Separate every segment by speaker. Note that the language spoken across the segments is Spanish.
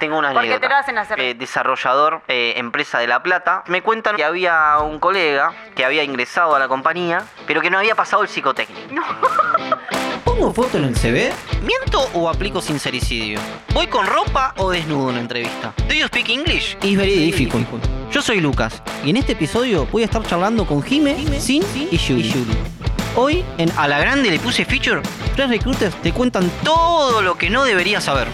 Speaker 1: tengo una
Speaker 2: ¿Por qué te
Speaker 1: anécdota.
Speaker 2: lo hacen hacer?
Speaker 1: Eh, desarrollador, eh, empresa de La Plata. Me cuentan que había un colega que había ingresado a la compañía, pero que no había pasado el psicotécnico.
Speaker 3: ¿Pongo foto en el CV?
Speaker 1: ¿Miento o aplico sincericidio? ¿Voy con ropa o desnudo en una entrevista? ¿Do you speak English?
Speaker 3: Es very difficult.
Speaker 1: Yo soy Lucas.
Speaker 3: Y en este episodio voy a estar charlando con Jime, Sin y Yuri.
Speaker 1: Hoy en A la Grande le puse feature.
Speaker 3: Tres recruiters
Speaker 1: Te cuentan todo lo que no deberías saber.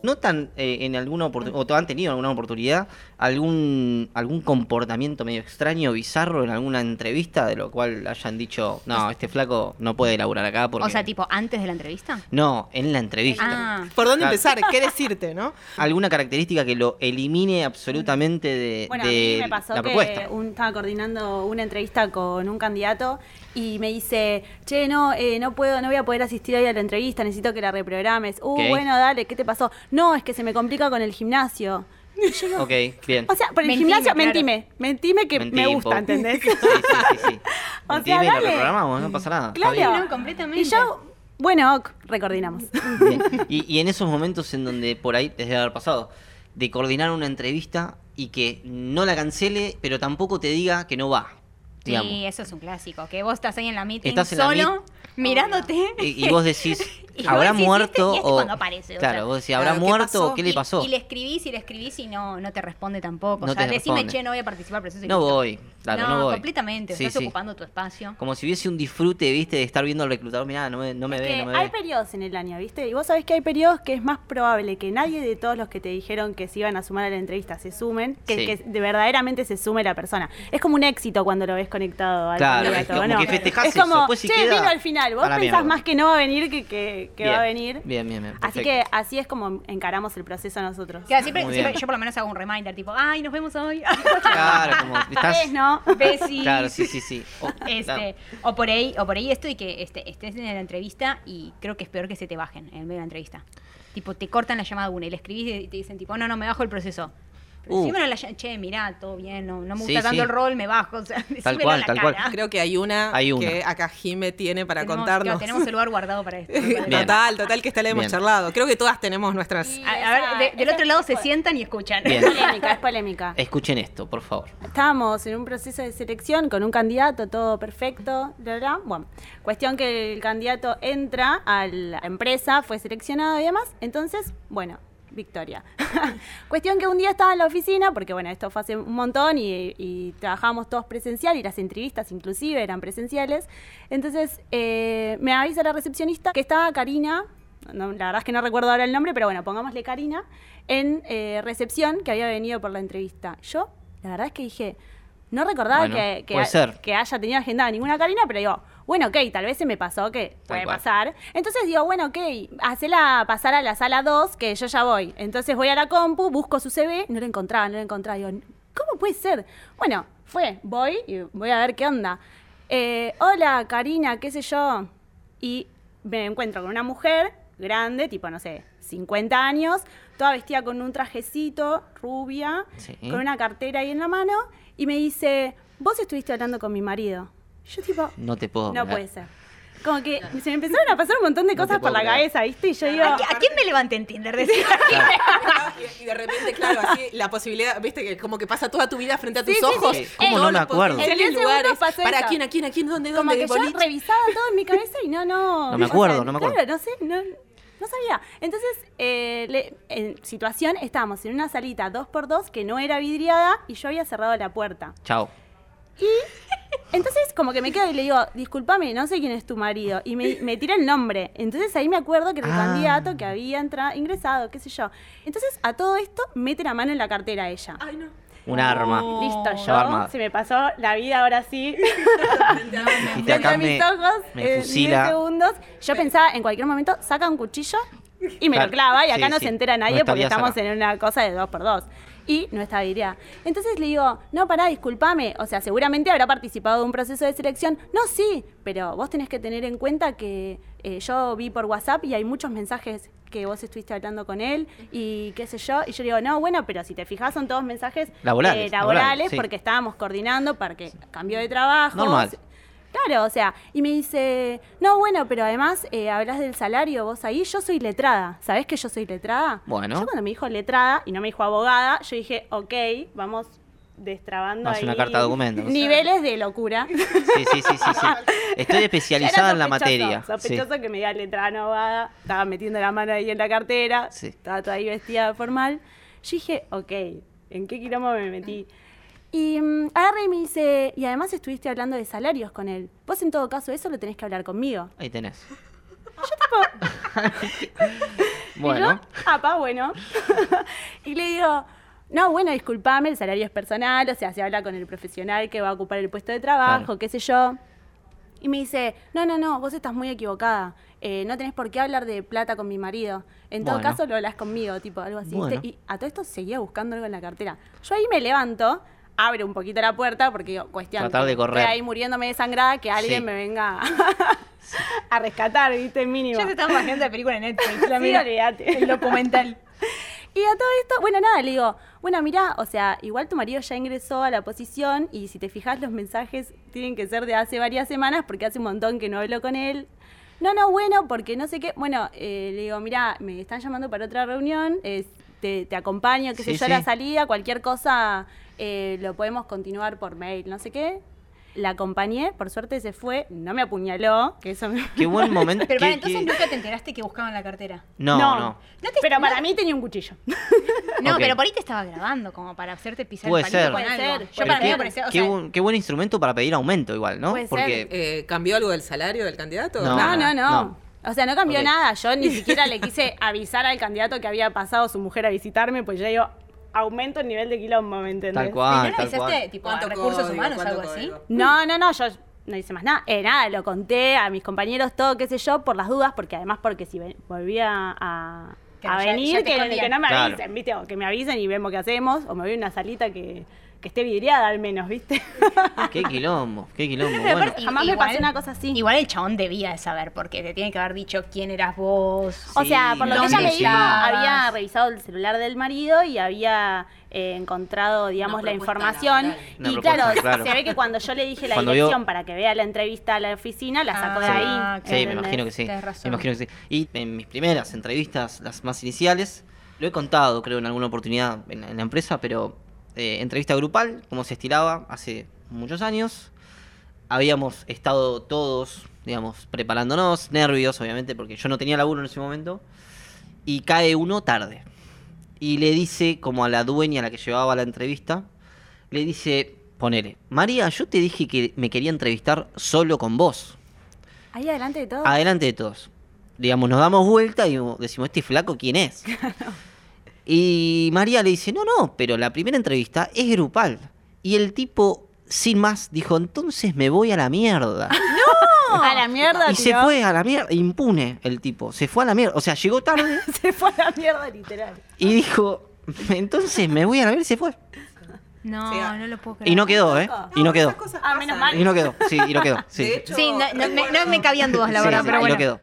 Speaker 3: ¿Notan eh, en alguna oportunidad, o te han tenido en alguna oportunidad, algún, algún comportamiento medio extraño, bizarro en alguna entrevista de lo cual hayan dicho, no, este flaco no puede laburar acá porque...
Speaker 4: O sea, tipo, antes de la entrevista.
Speaker 3: No, en la entrevista.
Speaker 4: Ah,
Speaker 5: ¿Por dónde
Speaker 3: Claro.
Speaker 5: empezar? ¿Qué decirte, no?
Speaker 3: Alguna característica que lo elimine absolutamente de,
Speaker 6: Bueno, a
Speaker 3: de
Speaker 6: mí me pasó
Speaker 3: la
Speaker 6: que
Speaker 3: propuesta.
Speaker 6: un- estaba coordinando una entrevista con un candidato y me dice, che, no, eh, no puedo, no voy a poder asistir hoy a la entrevista, necesito que la reprogrames. Uh,
Speaker 3: Ok.
Speaker 6: bueno, dale, ¿qué te pasó? No, es que se me complica con el gimnasio.
Speaker 3: Ok, bien.
Speaker 6: O sea, por el
Speaker 4: Mentime,
Speaker 6: gimnasio,
Speaker 4: claro.
Speaker 6: mentime, mentime que
Speaker 3: Mentí
Speaker 6: me
Speaker 3: un
Speaker 6: gusta,
Speaker 3: poco.
Speaker 6: ¿entendés?
Speaker 3: Sí, sí, sí. sí.
Speaker 6: O
Speaker 3: Mentí,
Speaker 6: sea,
Speaker 3: y lo
Speaker 6: dale.
Speaker 3: reprogramamos, no pasa nada. está
Speaker 6: Claro.
Speaker 3: bien.
Speaker 4: no, completamente.
Speaker 6: Y yo, bueno, ok, recoordinamos.
Speaker 3: Bien. Y, y en esos momentos en donde por ahí desde haber pasado, de coordinar una entrevista y que no la cancele, pero tampoco te diga que no va. Digamos.
Speaker 4: Sí, eso es un clásico. Que vos estás ahí en la meeting
Speaker 3: Estás en la
Speaker 4: solo, mirándote.
Speaker 3: Y, y vos decís,
Speaker 4: Y vos
Speaker 3: ¿habrá
Speaker 4: decís,
Speaker 3: muerto?
Speaker 4: "Este- y este
Speaker 3: o...
Speaker 4: cuando aparece, o
Speaker 3: claro,
Speaker 4: sea.
Speaker 3: vos decís, ¿habrá
Speaker 5: Claro, ¿qué
Speaker 3: muerto?
Speaker 5: pasó?
Speaker 3: o ¿Qué le
Speaker 4: Y-
Speaker 3: pasó?
Speaker 4: Y, le escribís y le escribís y no, no te responde tampoco.
Speaker 3: No
Speaker 4: o sea,
Speaker 3: te
Speaker 4: decime,
Speaker 3: responde.
Speaker 4: che, no voy a participar, pero eso
Speaker 3: No voy, claro, no, voy.
Speaker 4: completamente.
Speaker 3: Sí,
Speaker 4: estás
Speaker 3: sí.
Speaker 4: ocupando tu espacio.
Speaker 3: Como si hubiese un disfrute, viste, de estar viendo al reclutador, mirá, no me, no me ve,
Speaker 6: Que
Speaker 3: no me
Speaker 6: hay
Speaker 3: ve.
Speaker 6: periodos en el año, ¿viste? Y vos sabés que hay periodos que es más probable que nadie de todos los que te dijeron que se iban a sumar a la entrevista se sumen, que,
Speaker 3: Sí.
Speaker 6: que de verdaderamente se sume la persona. Es como un éxito cuando lo ves conectado al
Speaker 3: Claro,
Speaker 6: candidato,
Speaker 3: es como
Speaker 6: ¿no?
Speaker 3: que festejás
Speaker 6: Es como,
Speaker 3: eso, pues si
Speaker 6: che,
Speaker 3: queda,
Speaker 6: vino al final. Vos
Speaker 3: a la
Speaker 6: pensás
Speaker 3: mierda.
Speaker 6: más que no va a venir que, que, que va a
Speaker 3: Bien,
Speaker 6: venir.
Speaker 3: Bien, bien, bien.
Speaker 6: Así que
Speaker 3: perfecto.
Speaker 6: así es como encaramos el proceso nosotros.
Speaker 4: Claro, siempre,
Speaker 3: Muy
Speaker 4: siempre
Speaker 3: bien.
Speaker 4: yo por lo menos hago un reminder, tipo, ay, nos vemos hoy.
Speaker 3: Claro, como estás...
Speaker 6: ¿Ves, no?
Speaker 4: Besis.
Speaker 3: Claro, sí, sí, Oh, sí. O-
Speaker 4: Este,
Speaker 3: claro.
Speaker 4: o por ahí, o por ahí esto y que este, estés en la entrevista y creo que es peor que se te bajen en medio de la entrevista. Tipo, te cortan la llamada una y le escribís y te dicen tipo, no, no, me bajo el proceso.
Speaker 3: Uh.
Speaker 4: Pero decímelo en la ll- che, mirá, todo bien, no, no me
Speaker 3: Sí,
Speaker 4: gusta tanto
Speaker 3: sí.
Speaker 4: el rol, me bajo. O sea, decímelo
Speaker 3: cual,
Speaker 4: en la
Speaker 3: tal cual.
Speaker 6: Ah.
Speaker 4: cara.
Speaker 5: Creo que hay una,
Speaker 3: Hay una.
Speaker 5: que acá Jime tiene para
Speaker 4: Tenemos- claro,
Speaker 5: contarnos.
Speaker 4: tenemos el lugar guardado para esto.
Speaker 3: Bien.
Speaker 5: Total, total, que esta la hemos
Speaker 3: Bien.
Speaker 5: charlado. Creo que todas tenemos nuestras.
Speaker 4: A, a ver, de- del otro lado se sientan y escuchan.
Speaker 3: Bien.
Speaker 6: Es polémica, es polémica.
Speaker 3: Escuchen esto, por favor.
Speaker 6: Estábamos en un proceso de selección con un candidato, todo perfecto, bla, bla, bla. Bueno, cuestión que el candidato entra a la empresa, fue seleccionado y demás. Entonces, bueno, victoria. cuestión que un día estaba en la oficina, porque bueno, esto fue hace un montón y, y trabajábamos todos presencial y las entrevistas inclusive eran presenciales. Entonces, eh, me avisa la recepcionista que estaba Karina, no, la verdad es que no recuerdo ahora el nombre, pero bueno, pongámosle Karina, en eh, recepción que había venido por la entrevista. Yo, la verdad es que dije, no recordaba
Speaker 3: Bueno,
Speaker 6: que, que
Speaker 3: puede ser.
Speaker 6: que haya tenido agendada ninguna Karina, pero digo, bueno, ok, tal vez se me pasó, que puede
Speaker 3: cual.
Speaker 6: pasar. Entonces digo, bueno, ok, hacela pasar a la sala 2, que yo ya voy. Entonces voy a la compu, busco su CV, no lo encontraba, no lo encontraba. Digo, ¿cómo puede ser? Bueno, fue, voy y voy a ver qué onda. Eh, hola, Karina, qué sé yo. Y me encuentro con una mujer grande, tipo, no sé, 50 años, toda vestida con un trajecito, rubia,
Speaker 3: Sí.
Speaker 6: con una cartera ahí en la mano, y me dice, vos estuviste hablando con mi marido. Yo tipo,
Speaker 3: No te puedo.
Speaker 6: no
Speaker 3: hablar.
Speaker 6: puede ser. Como que se me empezaron a pasar un montón de
Speaker 3: No te
Speaker 6: cosas
Speaker 3: puedo
Speaker 6: por la
Speaker 3: creer.
Speaker 6: cabeza, ¿viste? Y yo digo,
Speaker 4: ¿A, qui- a quién me levanté en Tinder? Decía.
Speaker 5: Y de repente, claro, así la posibilidad, viste, que como que pasa toda tu vida frente a tus
Speaker 6: Sí, sí,
Speaker 5: ojos.
Speaker 6: sí.
Speaker 3: ¿Cómo
Speaker 5: Todos
Speaker 3: no me
Speaker 5: los
Speaker 3: acuerdo?
Speaker 5: potenciales
Speaker 6: En diez
Speaker 5: lugares.
Speaker 6: segundos pasó
Speaker 5: ¿Para
Speaker 6: eso.
Speaker 5: quién, a quién, a quién, dónde,
Speaker 6: como
Speaker 5: dónde?
Speaker 6: que yo
Speaker 5: boliche?
Speaker 6: revisaba todo en mi cabeza y no, no.
Speaker 3: No me acuerdo, no me acuerdo.
Speaker 6: Claro, no sé, no, no sabía. Entonces, eh, le- en situación, estábamos en una salita 2x2 que no era vidriada y yo había cerrado la puerta.
Speaker 3: Chao.
Speaker 6: Entonces, como que me quedo y le digo, discúlpame, no sé quién es tu marido. Y me, me tira el nombre. Entonces ahí me acuerdo que era el
Speaker 3: Ah.
Speaker 6: candidato que había entra- ingresado, qué sé yo. Entonces, a todo esto, mete la mano en la cartera a ella.
Speaker 5: Ay, no.
Speaker 3: Un arma.
Speaker 6: Listo, yo.
Speaker 3: Estaba armada.
Speaker 6: Se me pasó la vida ahora sí.
Speaker 3: Dijiste,
Speaker 6: Frente
Speaker 3: acá
Speaker 6: a
Speaker 3: me,
Speaker 6: mis ojos,
Speaker 3: me
Speaker 6: en 10
Speaker 3: fusila. Eh.
Speaker 6: segundos. Yo pensaba, en cualquier momento, saca un cuchillo y me
Speaker 3: Claro,
Speaker 6: lo clava. Y acá
Speaker 3: sí,
Speaker 6: no
Speaker 3: sí.
Speaker 6: se entera
Speaker 3: No
Speaker 6: nadie
Speaker 3: estaría
Speaker 6: porque estamos
Speaker 3: cerrado.
Speaker 6: en una cosa de dos por dos. Y no está vidriada. Entonces le digo, no, pará, discúlpame. O sea, seguramente habrá participado de un proceso de selección. No, sí, pero vos tenés que tener en cuenta que eh, yo vi por WhatsApp y hay muchos mensajes que vos estuviste hablando con él y qué sé yo. Y yo le digo, no, bueno, pero si te fijas son todos mensajes eh,
Speaker 3: Laborales,
Speaker 6: laborales,
Speaker 3: laborales, sí.
Speaker 6: porque estábamos coordinando para que cambió de trabajo.
Speaker 3: Normal.
Speaker 6: Claro, o sea, y me dice, no, bueno, pero además eh, hablas del salario vos ahí, yo soy letrada, ¿sabés que yo soy letrada?
Speaker 3: Bueno.
Speaker 6: Yo cuando me dijo letrada y no me dijo abogada, yo dije, ok, vamos destrabando
Speaker 3: Más una
Speaker 6: ahí
Speaker 3: carta de documento.
Speaker 6: niveles de locura.
Speaker 3: Sí, sí, sí, sí, sí. Estoy especializada
Speaker 6: Era
Speaker 3: en la
Speaker 6: sospechoso,
Speaker 3: materia. Sí.
Speaker 6: Sospechoso que me diga letrada no abogada, estaba metiendo la mano ahí en la cartera,
Speaker 3: Sí.
Speaker 6: estaba toda ahí vestida de formal. Yo dije, ok, ¿en qué quilombo me metí? Y mm, agarra y me dice, y además estuviste hablando de salarios con él. Vos en todo caso eso lo tenés que hablar conmigo.
Speaker 3: Ahí tenés.
Speaker 6: Tipo,
Speaker 3: Bueno.
Speaker 6: Y yo, "Ah, pa, bueno. y le digo, no, bueno, disculpame, el salario es personal, o sea, se habla con el profesional que va a ocupar el puesto de trabajo,
Speaker 3: Claro.
Speaker 6: qué sé yo. Y me dice, no, no, no, vos estás muy equivocada. Eh, no tenés por qué hablar de plata con mi marido. En todo
Speaker 3: Bueno.
Speaker 6: caso, lo hablas conmigo, tipo, algo así. ¿viste?
Speaker 3: Bueno.
Speaker 6: Y a todo esto seguía buscando algo en la cartera. Yo ahí me levanto, abro un poquito la puerta, porque digo, cuestión.
Speaker 3: Tratar de
Speaker 6: estoy
Speaker 3: correr.
Speaker 6: ahí muriéndome desangrada, que alguien
Speaker 3: Sí.
Speaker 6: me venga a rescatar, ¿viste? Mínimo.
Speaker 4: Ya se están bajando la película en Netflix. La
Speaker 6: Sí,
Speaker 4: mira.
Speaker 6: olvídate.
Speaker 4: El documental.
Speaker 6: Y a todo esto, bueno, nada, le digo, bueno, mirá, o sea, igual tu marido ya ingresó a la posición y si te fijas los mensajes tienen que ser de hace varias semanas porque hace un montón que no hablo con él. No, no, bueno, porque no sé qué. Bueno, eh, le digo, mirá, me están llamando para otra reunión, eh, te, te acompaño, qué
Speaker 3: Sí,
Speaker 6: sé yo, a la
Speaker 3: sí.
Speaker 6: salida, cualquier cosa eh, lo podemos continuar por mail, no sé qué. La acompañé, por suerte se fue, no me apuñaló, que eso me...
Speaker 3: Qué buen momento.
Speaker 4: Pero
Speaker 3: qué-
Speaker 4: para, entonces
Speaker 3: qué-
Speaker 4: nunca te enteraste que buscaban la cartera.
Speaker 3: No, no.
Speaker 4: No te-
Speaker 6: Pero para mí tenía un cuchillo.
Speaker 4: No,
Speaker 3: Ok.
Speaker 4: pero por ahí te estaba grabando, como para hacerte pisar
Speaker 3: Puede
Speaker 4: el palito
Speaker 3: ser.
Speaker 4: con
Speaker 6: Puede
Speaker 4: algo.
Speaker 6: ser,
Speaker 4: Yo
Speaker 6: puede
Speaker 4: para mí
Speaker 6: ser.
Speaker 4: me parecía, o
Speaker 3: qué,
Speaker 4: sea,
Speaker 3: buen, qué buen instrumento para pedir aumento igual, ¿no?
Speaker 6: Puede ser.
Speaker 3: Porque
Speaker 5: Eh, ¿Cambió algo del salario del candidato?
Speaker 3: No.
Speaker 6: No, no, no.
Speaker 3: no.
Speaker 6: O sea, no cambió
Speaker 3: Ok.
Speaker 6: nada. Yo ni siquiera le quise avisar al candidato que había pasado su mujer a visitarme, pues ya digo, aumento el nivel de quilombo, ¿me entendés?
Speaker 3: tal
Speaker 4: ¿y
Speaker 3: cual,
Speaker 4: no
Speaker 3: Ah, tal
Speaker 4: analizaste
Speaker 3: cual.
Speaker 4: tipo a recursos
Speaker 5: código?
Speaker 4: humanos
Speaker 5: ¿Cuánto
Speaker 4: algo así?
Speaker 5: código?
Speaker 6: No, no, no, yo no hice más nada. Eh, nada, lo conté a mis compañeros, todo, qué sé yo, por las dudas, porque además porque si ven- volvía a,
Speaker 4: Que
Speaker 6: a
Speaker 4: ya- ya
Speaker 6: venir,
Speaker 4: te
Speaker 6: que- que,
Speaker 4: escondían.
Speaker 6: no me
Speaker 3: Claro.
Speaker 6: avisen, ¿viste? O que me avisen y vemos qué hacemos, o me voy a una salita que, que esté vidriada al menos, ¿viste?
Speaker 3: Qué quilombo, qué quilombo. Bueno,
Speaker 4: Y-
Speaker 6: Jamás me pasó una cosa así.
Speaker 4: Igual el chabón debía de saber, porque te tiene que haber dicho quién eras vos.
Speaker 6: O
Speaker 3: Sí,
Speaker 6: sea, por lo que
Speaker 4: ¿dónde
Speaker 6: ella me dijo,
Speaker 4: estabas?
Speaker 6: había revisado el celular del marido y había eh, encontrado, digamos, la
Speaker 5: propuesta
Speaker 6: información.
Speaker 5: laboral.
Speaker 3: Una
Speaker 6: y
Speaker 3: propuesta,
Speaker 6: claro,
Speaker 3: claro.
Speaker 6: se ve que cuando yo le dije la
Speaker 3: Cuando vio-
Speaker 6: dirección para que vea la entrevista a la oficina, la sacó de
Speaker 4: Ah,
Speaker 6: ahí.
Speaker 4: claro.
Speaker 3: Sí, me
Speaker 6: ¿entendés?
Speaker 3: imagino que sí.
Speaker 4: Tenés
Speaker 3: Me
Speaker 4: razón.
Speaker 3: imagino que sí. Y en mis primeras entrevistas, las más iniciales, lo he contado, creo, en alguna oportunidad en, en la empresa, pero eh, entrevista grupal, como se estilaba hace muchos años. Habíamos estado todos, digamos, preparándonos, nervios, obviamente, porque yo no tenía laburo en ese momento. Y cae uno tarde. Y le dice, como a la dueña, a la que llevaba la entrevista, le dice, ponele, María, yo te dije que me quería entrevistar solo con vos
Speaker 6: Ahí adelante de todo.
Speaker 3: adelante de todos. Digamos, nos damos vuelta y decimos, ¿este flaco quién es? Y María le dice, no, no, pero la primera entrevista es grupal. Y el tipo, sin más, dijo, entonces me voy a la mierda.
Speaker 6: A la mierda,
Speaker 3: y
Speaker 6: tío.
Speaker 3: se fue a la mierda, impune el tipo, se fue a la mierda. O sea, llegó tarde
Speaker 6: Se fue a la mierda, literal.
Speaker 3: y dijo, entonces me voy a la mierda y se fue.
Speaker 4: No,
Speaker 5: Sí, ah.
Speaker 4: no lo puedo creer.
Speaker 3: Y no quedó, ¿eh? Y no quedó.
Speaker 5: esas cosas
Speaker 6: Ah, menos
Speaker 5: pasan.
Speaker 3: Y no quedó, sí, y no quedó. Sí.
Speaker 5: De hecho,
Speaker 4: Sí, no, no, me,
Speaker 5: recuerdo-
Speaker 4: no me cabían dudas, la
Speaker 3: Sí,
Speaker 4: verdad,
Speaker 3: sí,
Speaker 4: pero
Speaker 3: ahí
Speaker 4: bueno.
Speaker 3: lo quedó.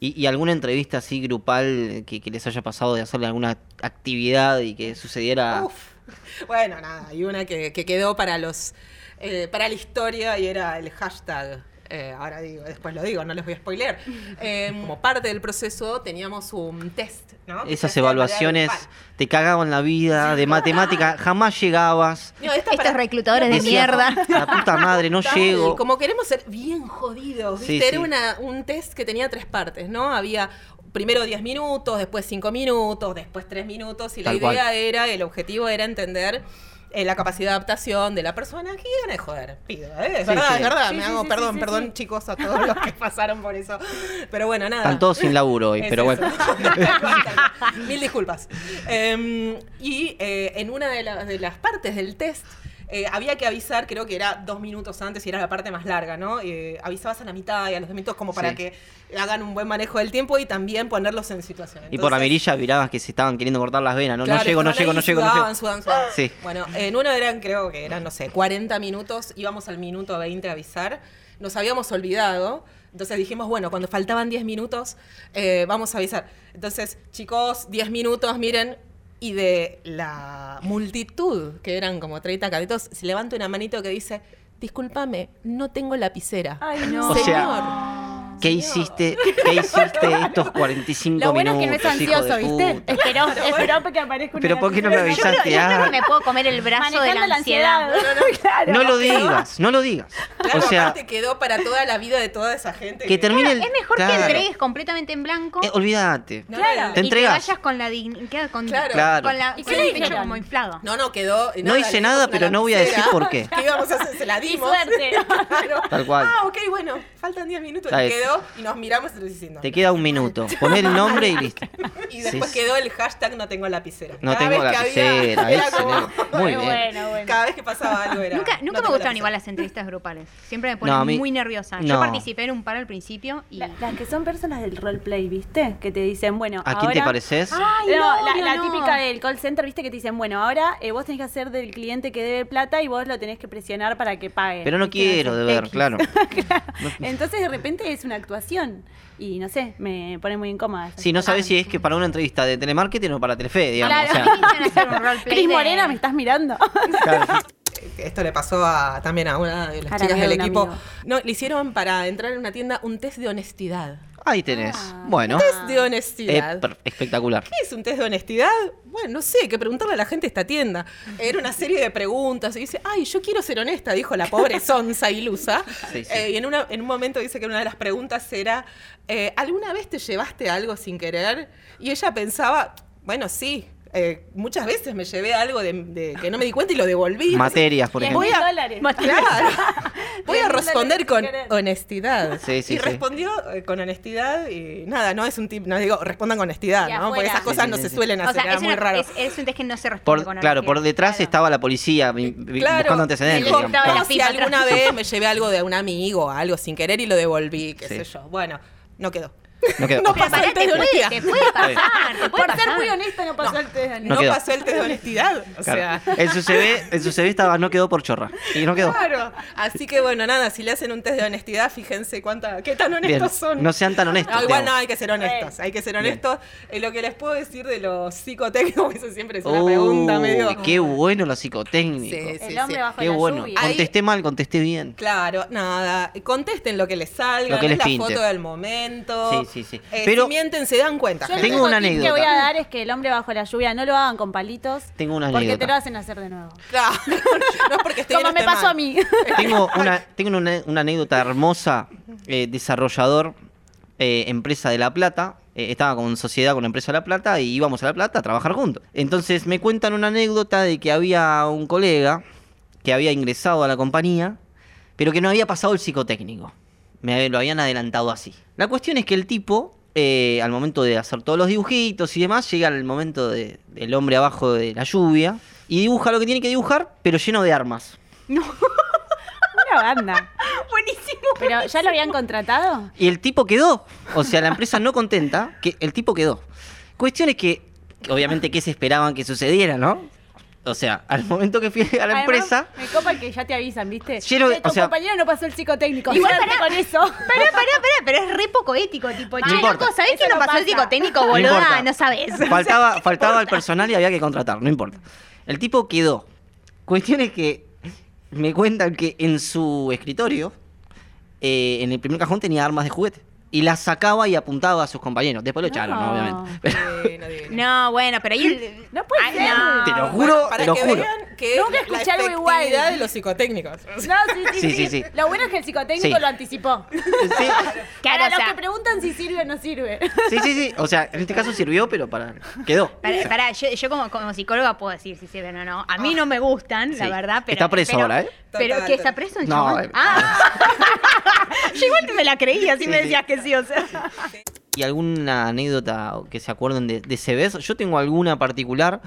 Speaker 3: ¿Y, y alguna entrevista así grupal que, que les haya pasado de hacerle alguna actividad y que sucediera?
Speaker 5: Uf. Bueno, nada, hay una que, que quedó para los eh, para la historia y era el hashtag. eh, ahora digo, después lo digo, no les voy a spoiler. Eh, como parte del proceso teníamos un test, ¿no? Que se
Speaker 3: Esas
Speaker 5: hacía de manera
Speaker 3: evaluaciones
Speaker 5: grupal.
Speaker 3: te cagaban la vida, de matemática, jamás llegabas.
Speaker 5: No, esta
Speaker 4: Estos
Speaker 5: para-
Speaker 4: reclutadores de
Speaker 3: Decías, "Ah,
Speaker 4: mierda.
Speaker 3: La puta madre, no
Speaker 5: Tal,
Speaker 3: llego.
Speaker 5: Como queremos ser bien jodidos,
Speaker 3: Sí,
Speaker 5: ¿viste? Era
Speaker 3: sí.
Speaker 5: una- un test que tenía tres partes, ¿no? Había primero 10 minutos, después 5 minutos, después 3 minutos, y
Speaker 3: Tal
Speaker 5: la idea
Speaker 3: cual.
Speaker 5: era, el objetivo era entender eh, la capacidad de adaptación de la persona. Que iban a joder, pido, ¿eh? Es
Speaker 3: Sí,
Speaker 5: verdad,
Speaker 3: sí.
Speaker 5: es verdad.
Speaker 6: Sí,
Speaker 5: Me
Speaker 6: sí,
Speaker 5: hago
Speaker 6: sí,
Speaker 5: perdón,
Speaker 6: sí,
Speaker 5: perdón,
Speaker 6: sí.
Speaker 5: chicos, a todos los que pasaron por eso. Pero bueno, nada.
Speaker 3: Están todos sin laburo hoy,
Speaker 5: Es
Speaker 3: pero bueno.
Speaker 5: eso. Tal cual, tal cual. Mil disculpas. Em, y eh, en una de, la- de las partes del test eh, había que avisar, creo que era dos minutos antes y era la parte más larga, ¿no? Eh, avisabas a la mitad y a los dos minutos como para
Speaker 3: Sí.
Speaker 5: que hagan un buen manejo del tiempo y también ponerlos en situación.
Speaker 3: Y por la
Speaker 5: Entonces,
Speaker 3: mirilla mirabas que se estaban queriendo cortar las venas. No,
Speaker 5: claro,
Speaker 3: no llego, no llego,
Speaker 5: estaban
Speaker 3: no
Speaker 5: ahí,
Speaker 3: llego, no
Speaker 5: sudaban,
Speaker 3: llego.
Speaker 5: sudaban, sudaban.
Speaker 3: Sí.
Speaker 5: Bueno, en una eran, creo que eran, no sé, 40 minutos, íbamos al minuto 20 a avisar, nos habíamos olvidado, entonces dijimos, bueno, cuando faltaban 10 minutos, eh, vamos a avisar. Entonces, chicos, 10 minutos, miren, y de la multitud, que eran como 30 cadetos, se levanta una manito que dice, discúlpame, no tengo lapicera.
Speaker 6: Ay, no.
Speaker 3: O sea,
Speaker 5: Señor.
Speaker 3: ¿Qué
Speaker 5: Señor.
Speaker 3: hiciste, ¿Qué hiciste estos 45
Speaker 4: Lo bueno
Speaker 3: minutos?
Speaker 4: es que no es
Speaker 3: hijo de
Speaker 4: ansioso, ¿viste?
Speaker 3: puta?
Speaker 4: Esperó, esperó.
Speaker 6: Esperó que aparezca una
Speaker 3: Pero ¿por qué no me
Speaker 4: Yo
Speaker 3: avisaste?
Speaker 4: creo, yo creo
Speaker 3: Ah.
Speaker 4: que me puedo comer el brazo de la ansiedad.
Speaker 6: Claro.
Speaker 3: No lo digas, no lo digas.
Speaker 5: Claro,
Speaker 3: o sea,
Speaker 5: aparte quedó para toda la vida de toda esa gente.
Speaker 3: que termine el...
Speaker 4: Es mejor que
Speaker 3: claro.
Speaker 4: entregues completamente en blanco
Speaker 3: Eh, olvídate.
Speaker 5: No,
Speaker 6: Claro.
Speaker 5: no,
Speaker 3: Te
Speaker 4: y te
Speaker 3: entregas.
Speaker 4: vayas con la dignidad, con,
Speaker 5: Claro.
Speaker 3: Claro.
Speaker 4: con, la,
Speaker 6: ¿Y
Speaker 4: con
Speaker 6: qué le
Speaker 4: el pecho
Speaker 6: dijeron?
Speaker 4: como inflado.
Speaker 5: No, no, quedó.
Speaker 3: No hice
Speaker 5: le dimos
Speaker 3: nada,
Speaker 5: una
Speaker 3: pero no voy a decir
Speaker 5: lapicera.
Speaker 3: por qué.
Speaker 5: ¿Qué íbamos a hacer? Se la
Speaker 6: Y
Speaker 5: dimos.
Speaker 6: suerte.
Speaker 5: Claro.
Speaker 3: Tal cual.
Speaker 5: Ah, ok, bueno, faltan 10 minutos.
Speaker 3: Ahí
Speaker 5: Y
Speaker 3: está.
Speaker 5: quedó y nos miramos y nos diciendo.
Speaker 3: Te queda un minuto. Poner el nombre y listo.
Speaker 5: Y después
Speaker 3: Sí.
Speaker 5: quedó el hashtag no tengo lapicera.
Speaker 3: No
Speaker 5: Cada
Speaker 3: tengo
Speaker 5: vez que había-
Speaker 3: lapicera.
Speaker 5: era
Speaker 3: excelente.
Speaker 5: como-
Speaker 3: Muy
Speaker 6: Pero
Speaker 3: bien.
Speaker 6: Bueno, bueno.
Speaker 5: Cada vez que pasaba algo era.
Speaker 4: Nunca, nunca me
Speaker 5: "No tengo
Speaker 4: gustaron
Speaker 5: lapicera".
Speaker 4: igual las entrevistas grupales. Siempre me ponen
Speaker 3: No, a mí-
Speaker 4: muy nerviosa.
Speaker 3: no.
Speaker 4: Yo participé en un par al principio y
Speaker 6: La- Las que son personas del roleplay, ¿viste? Que te dicen, bueno,
Speaker 3: ¿A quién te
Speaker 6: ahora-
Speaker 3: pareces?
Speaker 5: Ah,
Speaker 4: Ay,
Speaker 6: No,
Speaker 4: no,
Speaker 6: la,
Speaker 4: obvio,
Speaker 6: la
Speaker 4: no.
Speaker 6: típica del call center, viste que te dicen, bueno, ahora eh, vos tenés que hacer del cliente que debe plata y vos lo tenés que presionar para que pague.
Speaker 3: Pero no
Speaker 6: ¿viste?
Speaker 3: quiero
Speaker 6: Así,
Speaker 3: deber,
Speaker 6: X.
Speaker 3: claro.
Speaker 6: Entonces de repente es una actuación y no sé, me pone muy incómoda.
Speaker 3: Si no
Speaker 5: Ah.
Speaker 3: sabes si es que para una entrevista de telemarketing o para Telefe, digamos. o sea,
Speaker 4: Claro, me quisieron hacer un roleplay
Speaker 6: Cris
Speaker 4: de-
Speaker 6: Morena, me estás mirando.
Speaker 5: Esto le pasó a- también a una de las
Speaker 6: A la
Speaker 5: chicas
Speaker 6: amiga
Speaker 5: del
Speaker 6: de un
Speaker 5: equipo.
Speaker 6: amigo.
Speaker 5: No, le hicieron para entrar en una tienda un test de honestidad.
Speaker 3: ahí tenés. Bueno,
Speaker 5: Test Ah. de
Speaker 3: eh,
Speaker 5: honestidad.
Speaker 3: per- espectacular.
Speaker 5: ¿Qué es un test de honestidad? Bueno, no sé, que preguntarle a la gente de esta tienda. Era una serie de preguntas y dice, ay, yo quiero ser honesta, dijo la pobre sonza ilusa.
Speaker 3: Sí, sí.
Speaker 5: Eh, y en, una- en un momento dice que una de las preguntas era, eh, ¿alguna vez te llevaste algo sin querer? Y ella pensaba, bueno, sí, eh, muchas veces me llevé algo de, de que no me di cuenta y lo devolví.
Speaker 3: Materias, por
Speaker 6: Diez
Speaker 3: ejemplo.
Speaker 5: voy
Speaker 6: mil
Speaker 5: a-
Speaker 6: dólares.
Speaker 5: Claro. Voy a
Speaker 6: Bien,
Speaker 5: responder con
Speaker 6: dale, si querés.
Speaker 5: honestidad.
Speaker 3: Sí, sí,
Speaker 5: y
Speaker 3: sí.
Speaker 5: respondió eh, con honestidad y nada, no es un tip, no digo, respondan con honestidad,
Speaker 4: Y
Speaker 5: ¿no? Porque
Speaker 4: afuera.
Speaker 5: esas
Speaker 3: Sí,
Speaker 5: cosas
Speaker 3: sí,
Speaker 5: no
Speaker 3: sí,
Speaker 5: se
Speaker 3: sí.
Speaker 5: suelen
Speaker 4: O
Speaker 5: hacer,
Speaker 4: sea,
Speaker 5: era
Speaker 4: es,
Speaker 5: muy
Speaker 4: una-
Speaker 5: raro.
Speaker 4: es, es un test que no se responde
Speaker 3: Por-
Speaker 4: con
Speaker 3: claro, por
Speaker 4: honestidad.
Speaker 3: detrás
Speaker 4: Claro.
Speaker 3: estaba la policía vi- vi-
Speaker 5: Claro.
Speaker 3: buscando
Speaker 5: Y
Speaker 3: antecedentes.
Speaker 5: contaba
Speaker 3: digamos.
Speaker 4: la
Speaker 5: si
Speaker 4: pipa
Speaker 5: alguna
Speaker 4: atrás.
Speaker 5: vez me llevé algo de un amigo o algo sin querer y lo devolví, qué
Speaker 3: Sí.
Speaker 5: sé yo. Bueno, no quedó.
Speaker 3: No quedó.
Speaker 5: No
Speaker 4: Pero
Speaker 5: pasó
Speaker 4: pará,
Speaker 5: el
Speaker 4: te
Speaker 5: test de
Speaker 4: puede,
Speaker 5: honestidad.
Speaker 4: te puede pasar, te puede
Speaker 6: Por ser
Speaker 4: pasar.
Speaker 6: muy honesta no pasó el test de
Speaker 5: No,
Speaker 3: quedó.
Speaker 5: pasó el test de honestidad. O sea.
Speaker 3: Claro. En su CV, en su CV estaba no quedó por chorra. Y no quedó.
Speaker 5: Claro. Así que bueno, nada, si le hacen un test de honestidad, fíjense cuánta, qué tan honestos
Speaker 3: Bien.
Speaker 5: son.
Speaker 3: No sean tan honestos.
Speaker 5: No, igual
Speaker 3: digamos.
Speaker 5: no, hay que ser honestos, hay que ser honestos. Eh, lo que les puedo decir de los psicotécnicos, eso siempre es una
Speaker 3: Oh,
Speaker 5: pregunta medio...
Speaker 3: Qué bueno los psicotécnicos.
Speaker 5: Sí, sí,
Speaker 6: El hombre
Speaker 5: sí.
Speaker 6: bajo
Speaker 3: Qué
Speaker 6: la
Speaker 3: bueno.
Speaker 6: lluvia.
Speaker 5: Ahí-
Speaker 3: Contesté mal, contesté bien.
Speaker 5: Claro, nada, contesten lo que les salga,
Speaker 3: Lo que
Speaker 5: no
Speaker 3: les
Speaker 5: es la
Speaker 3: pinte.
Speaker 5: foto del momento.
Speaker 3: Sí, sí, sí.
Speaker 5: Eh,
Speaker 3: Pero-
Speaker 5: si mienten, se dan cuenta.
Speaker 6: Yo el
Speaker 5: gente.
Speaker 3: Tengo una
Speaker 6: único tip que voy
Speaker 3: anécdota.
Speaker 6: a dar es que el hombre bajo la lluvia no lo hagan con palitos.
Speaker 3: Tengo una
Speaker 6: Porque
Speaker 3: anécdota.
Speaker 6: te lo hacen hacer de nuevo.
Speaker 5: Claro, no es porque estoy bien
Speaker 6: Como
Speaker 5: o
Speaker 6: me
Speaker 5: esté
Speaker 6: pasó
Speaker 5: mal.
Speaker 6: a mí.
Speaker 3: Tengo una, tengo una, una anécdota hermosa. eh, desarrollador, eh, empresa de La Plata. eh, estaba con sociedad con la empresa de La Plata y íbamos a La Plata a trabajar juntos. Entonces me cuentan una anécdota de que había un colega que había ingresado a la compañía, pero que no había pasado el psicotécnico. Me hab- lo habían adelantado así. La cuestión es que el tipo, eh, al momento de hacer todos los dibujitos y demás, llega al momento de- del hombre abajo de la lluvia y dibuja lo que tiene que dibujar, pero lleno de armas.
Speaker 6: Una banda.
Speaker 4: Buenísimo.
Speaker 6: Pero ¿ya lo habían contratado?
Speaker 3: Y el tipo quedó. O sea, la empresa no contenta, que el tipo quedó. Cuestiones que, que obviamente, que se esperaban que sucediera, ¿no? O sea, al momento que fui a la
Speaker 6: Además,
Speaker 3: empresa,
Speaker 6: Me copa que ya te avisan, ¿viste?
Speaker 3: Lleno de-
Speaker 6: Che, tu
Speaker 3: o sea-
Speaker 6: compañero no pasó el psicotécnico.
Speaker 4: Igual
Speaker 6: Suerte
Speaker 4: pará.
Speaker 6: con eso.
Speaker 4: Pará, pará, pará, pero es re poco ético, tipo,
Speaker 3: No
Speaker 4: che,
Speaker 3: importa.
Speaker 4: loco, ¿sabés
Speaker 6: Eso
Speaker 4: que no
Speaker 6: no
Speaker 4: pasó el
Speaker 6: pasa.
Speaker 4: psicotécnico,
Speaker 3: No
Speaker 4: boluda?
Speaker 3: importa.
Speaker 4: No, sabés. O sea,
Speaker 3: faltaba,
Speaker 4: ¿qué te
Speaker 3: faltaba el
Speaker 4: importa?
Speaker 3: personal y había que contratar, no importa. El tipo quedó. Cuestiones que me cuentan que en su escritorio, eh, en el primer cajón tenía armas de juguete. Y las sacaba y apuntaba a sus compañeros. Después lo echaron,
Speaker 6: No.
Speaker 3: obviamente. Pero
Speaker 5: Eh, no digo nada.
Speaker 4: No, bueno, pero ahí... el-
Speaker 6: No puede
Speaker 4: Ay,
Speaker 6: ser.
Speaker 4: no.
Speaker 3: Te lo juro,
Speaker 5: para
Speaker 3: te lo
Speaker 5: que
Speaker 3: juro.
Speaker 5: vean que
Speaker 6: Nunca
Speaker 5: la
Speaker 6: escuché algo igual.
Speaker 5: efectividad de los psicotécnicos.
Speaker 6: No, sí sí,
Speaker 3: Sí,
Speaker 6: sí,
Speaker 3: sí, sí.
Speaker 6: Lo bueno es que el psicotécnico
Speaker 3: Sí.
Speaker 6: lo anticipó.
Speaker 3: Sí,
Speaker 4: Claro,
Speaker 6: Para
Speaker 4: o
Speaker 6: los
Speaker 4: sea-
Speaker 6: que preguntan si sirve o no sirve.
Speaker 3: sí, sí, sí. O sea, en este caso sirvió, pero para. Quedó.
Speaker 4: Pará, pará, yo, yo como, como psicóloga puedo decir si sirven o no. A mí no me gustan, la
Speaker 3: Ah. Sí.
Speaker 4: verdad, pero...
Speaker 3: Está preso
Speaker 4: pero-
Speaker 3: ahora, ¿eh?
Speaker 4: Pero
Speaker 5: Total,
Speaker 4: que está
Speaker 5: total.
Speaker 4: preso el
Speaker 3: No,
Speaker 4: chabón?
Speaker 3: eh.
Speaker 4: Ah. yo igual me la creía, así
Speaker 3: Sí,
Speaker 4: me
Speaker 3: sí.
Speaker 4: decías que sí, o sea...
Speaker 3: ¿Y alguna anécdota o que se acuerden de, de ese beso? Yo tengo alguna particular.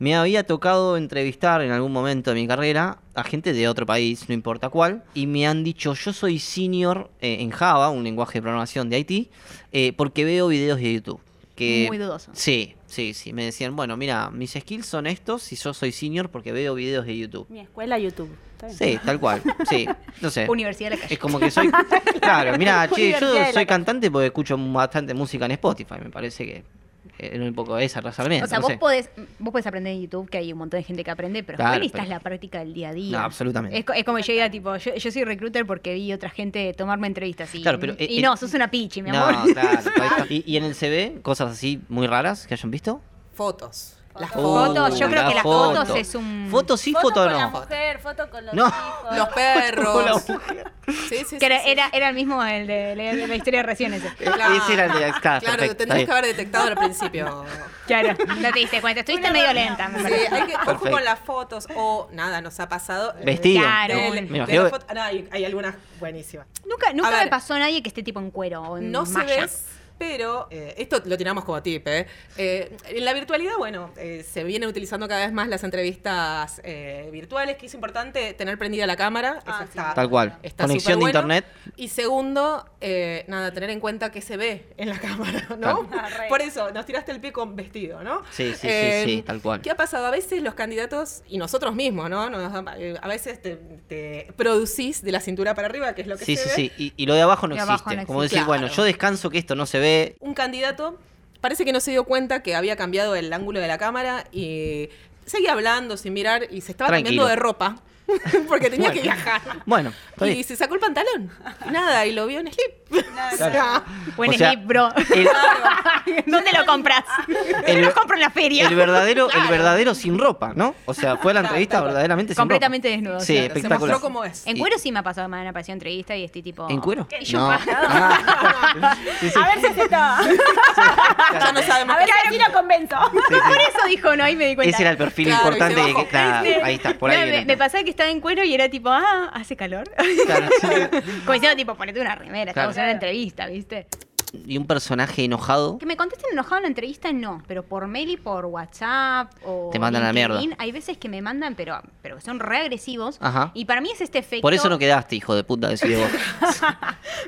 Speaker 3: Me había tocado entrevistar en algún momento de mi carrera a gente de otro país, no importa cuál, y me han dicho, yo soy senior eh, en Java, un lenguaje de programación de Haití, eh, porque veo videos de YouTube. Que,
Speaker 4: Muy dudoso.
Speaker 3: Sí, sí, sí. Me decían, bueno, mira, mis skills son estos y yo soy senior porque veo videos de YouTube.
Speaker 6: Mi escuela, YouTube. Está bien.
Speaker 3: Sí, tal cual. Sí, no sé.
Speaker 4: Universidad de la calle.
Speaker 3: Es como que soy. Claro, mira, che, yo
Speaker 6: Universidad de la
Speaker 3: soy
Speaker 6: calle.
Speaker 3: cantante porque escucho bastante música en Spotify. Me parece que era un poco ese razonamiento.
Speaker 4: O sea,
Speaker 3: no
Speaker 4: vos,
Speaker 3: sé.
Speaker 4: podés, vos podés aprender en YouTube, que hay un montón de gente que aprende, pero
Speaker 3: Claro,
Speaker 4: después necesitas
Speaker 3: pero-
Speaker 4: la práctica del día a día.
Speaker 3: No, absolutamente.
Speaker 4: Es, co- es como yo diga, tipo, yo, yo soy recruiter porque vi otra gente tomarme entrevistas. Y,
Speaker 3: Claro, pero, eh,
Speaker 4: y
Speaker 3: eh,
Speaker 4: no, sos una pichi, mi
Speaker 3: No,
Speaker 4: amor.
Speaker 3: claro, ahí está. ¿Y, y en el CV, cosas así muy raras que hayan visto.
Speaker 5: Fotos. Las
Speaker 4: Oh,
Speaker 5: fotos.
Speaker 4: Fotos, yo creo
Speaker 3: la
Speaker 4: que las
Speaker 3: foto.
Speaker 4: fotos es un-
Speaker 3: Foto sí,
Speaker 6: foto
Speaker 3: foto,
Speaker 6: con la
Speaker 3: no.
Speaker 6: mujer, foto con los
Speaker 3: No.
Speaker 6: hijos.
Speaker 5: Los perros. Sí, sí, sí,
Speaker 4: Que era,
Speaker 5: sí.
Speaker 4: era, era el mismo el de, la- de la historia recién ese.
Speaker 5: Claro.
Speaker 3: Eh, Ese era el de claro,
Speaker 5: Claro,
Speaker 3: perfecto, está
Speaker 5: tendrías
Speaker 3: bien.
Speaker 5: que haber detectado al principio.
Speaker 4: Claro, no te diste cuenta. Estuviste medio lenta, me
Speaker 5: Sí,
Speaker 4: parece.
Speaker 5: hay que, ojo
Speaker 3: Perfecto.
Speaker 5: con las fotos o nada, nos ha pasado. eh,
Speaker 3: Vestido.
Speaker 4: Claro.
Speaker 5: de-
Speaker 4: Me
Speaker 5: de
Speaker 3: imagino
Speaker 5: la
Speaker 3: que-
Speaker 5: foto- ah, hay, hay algunas buenísimas.
Speaker 4: Nunca, nunca
Speaker 5: A
Speaker 4: me
Speaker 5: ver.
Speaker 4: pasó a nadie que esté tipo en cuero o en
Speaker 5: No se
Speaker 4: malla.
Speaker 5: ve, pero eh, esto lo tiramos como tip. ¿eh? Eh, en la virtualidad, bueno, eh, se vienen utilizando cada vez más las entrevistas eh, virtuales, que es importante tener prendida la cámara. Eso
Speaker 6: Ah, sí.
Speaker 5: está-
Speaker 3: Tal cual.
Speaker 5: Está
Speaker 3: Conexión de
Speaker 5: superbueno.
Speaker 3: internet.
Speaker 5: Y segundo, eh, nada, tener en cuenta que se ve en la cámara,
Speaker 3: Claro.
Speaker 5: ¿no?
Speaker 6: Ah, re.
Speaker 5: Por eso, nos tiraste el pie con vestido, ¿no? Eh,
Speaker 3: Sí, sí, sí, sí, tal cual.
Speaker 5: ¿Qué ha pasado? A veces los candidatos, y nosotros mismos, ¿no? Nos- eh, a veces te, te producís de la cintura para arriba, que es lo que
Speaker 3: Sí,
Speaker 5: se
Speaker 3: sí,
Speaker 5: ve.
Speaker 3: sí. Y, y lo de abajo no
Speaker 4: De
Speaker 3: existe.
Speaker 4: abajo no
Speaker 3: Como
Speaker 4: existe.
Speaker 3: decir, bueno,
Speaker 5: Claro.
Speaker 3: yo descanso que esto no se ve.
Speaker 5: Un candidato parece que no se dio cuenta que había cambiado el ángulo de la cámara y seguía hablando sin mirar y se estaba
Speaker 3: Tranquilo.
Speaker 5: cambiando de ropa porque tenía que
Speaker 3: Bueno.
Speaker 5: viajar.
Speaker 3: Bueno, está
Speaker 5: Y
Speaker 3: bien.
Speaker 5: se sacó el pantalón. Nada, y lo vio en slip. O sea,
Speaker 4: Buen
Speaker 3: O sea,
Speaker 4: slip, bro.
Speaker 3: el-
Speaker 5: Ah,
Speaker 4: ¿Dónde lo compras?
Speaker 3: El-
Speaker 4: lo compro en la feria.
Speaker 3: El verdadero, el verdadero sin ropa, ¿no? O sea, fue la
Speaker 5: Claro,
Speaker 3: entrevista
Speaker 5: tal cual.
Speaker 3: verdaderamente sin
Speaker 4: Completamente
Speaker 3: ropa.
Speaker 4: desnudo,
Speaker 3: Sí,
Speaker 4: claro.
Speaker 5: Se
Speaker 3: espectacular.
Speaker 5: mostró cómo es.
Speaker 4: En cuero sí me ha pasado, me han aparecido entrevista y estoy tipo.
Speaker 3: ¿En cuero?
Speaker 4: Y yo-
Speaker 3: No. Ah. Sí, sí.
Speaker 6: A ver si es esto. A
Speaker 5: Ya no sabemos
Speaker 6: ver si aquí lo convenzo.
Speaker 3: Sí, sí.
Speaker 4: Por eso dijo, no, ahí me di cuenta.
Speaker 3: Ese era el perfil
Speaker 5: Claro,
Speaker 3: importante.
Speaker 5: y se
Speaker 3: de
Speaker 5: bajó.
Speaker 3: que, claro, ahí está, por ahí.
Speaker 4: No,
Speaker 3: viene
Speaker 4: me,
Speaker 3: el
Speaker 4: me
Speaker 3: tema.
Speaker 4: pasaba que estaba en cuero y era tipo, ah, hace calor.
Speaker 3: Claro, sí, sí.
Speaker 4: Como diciendo, tipo, ponete una remera,
Speaker 3: Claro.
Speaker 4: estamos en una entrevista, ¿viste?
Speaker 3: Y un personaje enojado.
Speaker 4: Que me contesten enojado en la entrevista, no, pero por mail y por WhatsApp o.
Speaker 3: Te mandan a la mierda.
Speaker 4: Hay veces que me mandan, pero, pero son reagresivos.
Speaker 3: Ajá.
Speaker 4: Y para mí es este efecto.
Speaker 3: Por eso no quedaste, hijo de puta, decide vos.